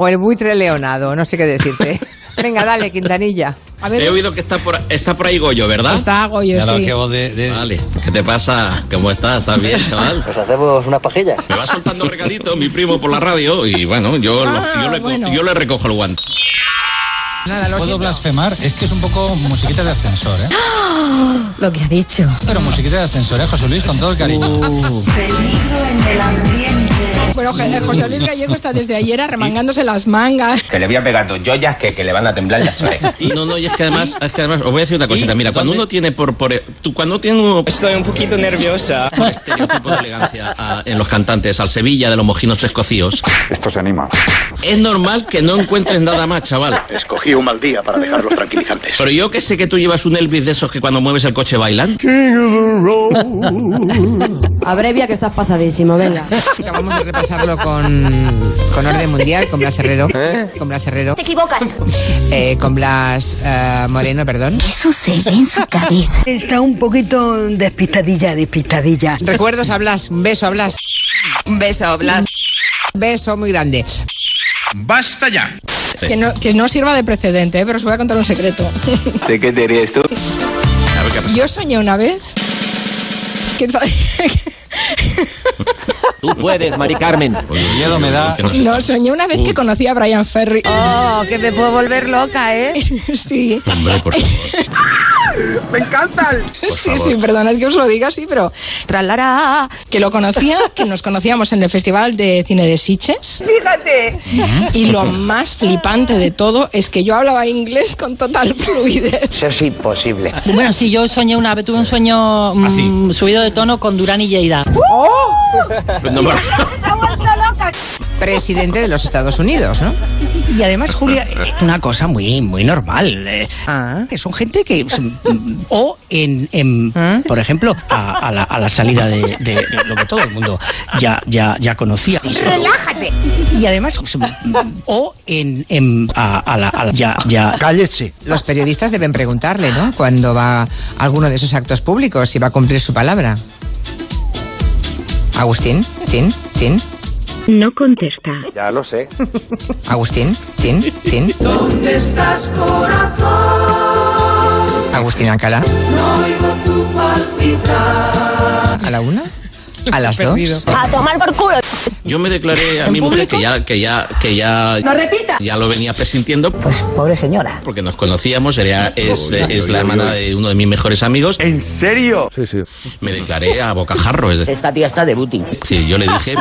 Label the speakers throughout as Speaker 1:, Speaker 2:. Speaker 1: O el buitre leonado, no sé qué decirte. Venga, dale, Quintanilla.
Speaker 2: A
Speaker 3: He
Speaker 2: ver,
Speaker 3: oído que está por, está por ahí Goyo, ¿verdad?
Speaker 2: está Goyo,
Speaker 4: Claro,
Speaker 2: sí.
Speaker 4: que vos de- de-
Speaker 3: Vale, ¿qué te pasa? ¿Cómo estás? ¿Estás bien, chaval?
Speaker 5: Pues hacemos unas pajillas.
Speaker 3: Me va soltando regalitos mi primo por la radio y bueno, yo, lo-
Speaker 2: Ah,
Speaker 3: yo, le, co-
Speaker 2: bueno.
Speaker 3: yo le recojo el guante.
Speaker 1: Nada, lo
Speaker 4: Puedo
Speaker 1: siento.
Speaker 4: blasfemar, es que es un poco musiquita de ascensor, ¿eh?
Speaker 6: Lo que ha dicho.
Speaker 4: Pero musiquita de ascensor, ¿eh, José Luis? Con todo el cariño.
Speaker 2: Bueno, Je- José Luis Gallego está desde ayer arremangándose las mangas.
Speaker 7: Que le voy a pegar dos joyas que, que le van a temblar las orejas.
Speaker 3: Y no, no, y es que además, es que además, os voy a decir una cosita. Mira, cuando uno tiene por, por tú, cuando tiene uno
Speaker 8: Estoy un poquito nerviosa.
Speaker 3: por estereotipo de elegancia a- en los cantantes, al Sevilla de los mojinos escocíos,
Speaker 9: Esto se anima.
Speaker 3: es normal que no encuentres nada más, chaval.
Speaker 7: Escogí un mal día para dejar los tranquilizantes.
Speaker 3: Pero yo que sé que tú llevas un Elvis de esos que cuando mueves el coche bailan.
Speaker 10: Abrevia que estás pasadísimo, venga.
Speaker 1: Acabamos de repasarlo con, con Orden Mundial, con Blas Herrero.
Speaker 10: ¿Eh?
Speaker 1: Con Blas Herrero. Te equivocas. con Blas eh, Moreno, perdón.
Speaker 6: Eso se ve en su cabeza.
Speaker 10: Está un poquito despistadilla, despistadilla.
Speaker 1: Recuerdos a Blas. Un beso a Blas.
Speaker 10: Un beso, Blas.
Speaker 1: Un beso muy grande.
Speaker 7: ¡Basta ya!
Speaker 2: Que no, que no sirva de precedente, ¿eh? pero os voy a contar un secreto.
Speaker 8: ¿De qué te ríes tú?
Speaker 3: A ver qué pasa.
Speaker 2: Yo soñé una vez que,
Speaker 8: Tú puedes, Mari Carmen.
Speaker 4: Miedo me da.
Speaker 3: Que no sé.
Speaker 2: no, soñé una vez que conocí a Brian Ferry.
Speaker 10: Oh, que me puedo volver loca, ¿eh?
Speaker 2: Sí,
Speaker 3: Hombre, por favor.
Speaker 2: sí, sí, perdonad que os lo diga así, pero
Speaker 10: Tralará.
Speaker 2: que lo conocía, que nos conocíamos en el Festival de Cine de Sitges. Fíjate. Y lo más flipante de todo es que yo hablaba inglés con total fluidez.
Speaker 5: Eso es imposible.
Speaker 11: Bueno, sí, yo soñé una vez, tuve un sueño mm, subido de tono con Durán y Lleida.
Speaker 3: Pero no, bueno.
Speaker 1: Presidente de los Estados Unidos, ¿no?
Speaker 11: Y, además, Julia, una cosa muy, muy normal.
Speaker 1: Ah.
Speaker 11: Que son gente que. O en. por ejemplo, a, la, salida de, lo que todo el mundo ya, ya, ya conocía.
Speaker 2: Relájate.
Speaker 11: Y, además. O en. a, la, ya, ya.
Speaker 5: Cállese.
Speaker 1: Los periodistas deben preguntarle, ¿no? Cuando va a alguno de esos actos públicos, si va a cumplir su palabra. Agustín, tin, tin.
Speaker 6: No contesta.
Speaker 7: Ya lo sé.
Speaker 1: Agustín, tin, tin. ¿Dónde estás, corazón? Agustín Alcalá. ¿A la una? ¿A las dos? Ah,
Speaker 6: A tomar por culo.
Speaker 3: Yo me declaré a
Speaker 2: ¿En
Speaker 3: mi mujer
Speaker 2: público?
Speaker 3: que ya, que ya, que ya. Ya lo venía presintiendo
Speaker 10: Pues pobre señora.
Speaker 3: porque nos conocíamos, era, es, es la hermana de uno de mis mejores amigos.
Speaker 8: ¿En serio?
Speaker 9: Sí, sí.
Speaker 3: Me declaré a bocajarro, es decir,
Speaker 7: Esta tía está de booty.
Speaker 3: sí, yo le dije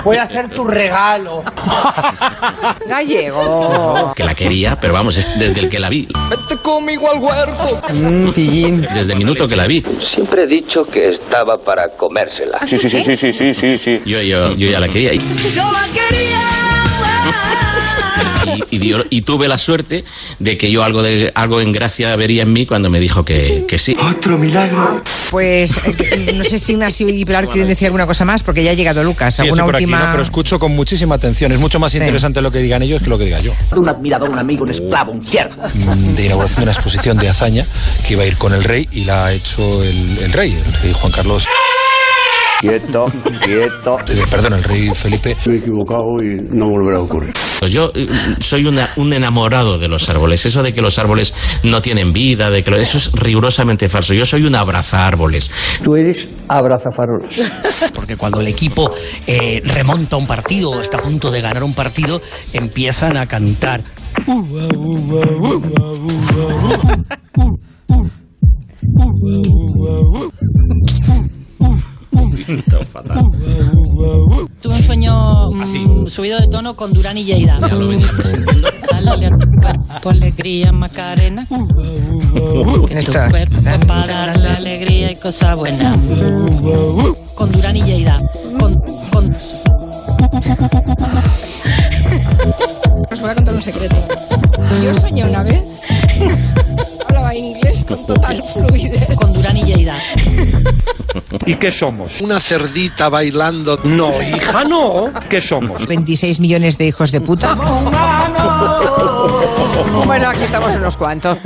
Speaker 1: Gallego.
Speaker 3: que la quería, pero vamos, es desde el que la vi,
Speaker 8: Vete conmigo al huerto.
Speaker 10: Mm,
Speaker 3: desde el minuto que la vi.
Speaker 7: Siempre he dicho que estaba para comérsela.
Speaker 9: Sí, sí, sí, sí, sí, sí, sí, sí.
Speaker 3: Yo, yo, yo ya la quería. Y, y- y dio- y tuve la suerte de que yo algo, de, algo en gracia vería en mí cuando me dijo que, que sí.
Speaker 1: Pues eh, que- no sé si Ignacio y Pilar quieren decir alguna cosa más porque ya ha llegado Lucas.
Speaker 4: Sí, estoy
Speaker 1: ¿Alguna
Speaker 4: por aquí,
Speaker 1: última?
Speaker 4: ¿no? pero escucho con muchísima atención. Es mucho más
Speaker 1: Sí.
Speaker 4: interesante lo que digan ellos que lo que diga yo.
Speaker 7: Un admirador, un amigo, un esclavo, un siervo.
Speaker 4: Mm, De inauguración de una exposición de hazaña que iba a ir con el rey y la ha hecho el, el rey, el rey Juan Carlos.
Speaker 8: Quieto, quieto.
Speaker 4: eh, Perdón, el rey Felipe.
Speaker 8: Me he equivocado y no volverá a ocurrir.
Speaker 3: Pues yo eh, soy una- un enamorado de los árboles. Eso de que los árboles no tienen vida, de que lo- eso es rigurosamente falso. Yo soy un abraza árboles.
Speaker 5: Tú eres abrazafarolas.
Speaker 11: Porque cuando el equipo eh, remonta un partido o está a punto de ganar un partido, empiezan a cantar. Tuve un sueño subido de tono con Durán y Lleida.
Speaker 3: Ya lo venía presintiendo.
Speaker 11: Dale cuerpo, alegría, Macarena.
Speaker 1: En esta-
Speaker 11: para la alegría y cosa buena. Con Durán y Lleida. Con, con...
Speaker 2: Os voy a contar un secreto. Yo soñé una vez. Hablaba inglés con total fluidez.
Speaker 11: con Durán y Lleida.
Speaker 8: Una cerdita bailando. No, hija, no. ¿Qué somos?
Speaker 1: 26 millones de hijos de puta. Bueno, aquí estamos unos cuantos, pues.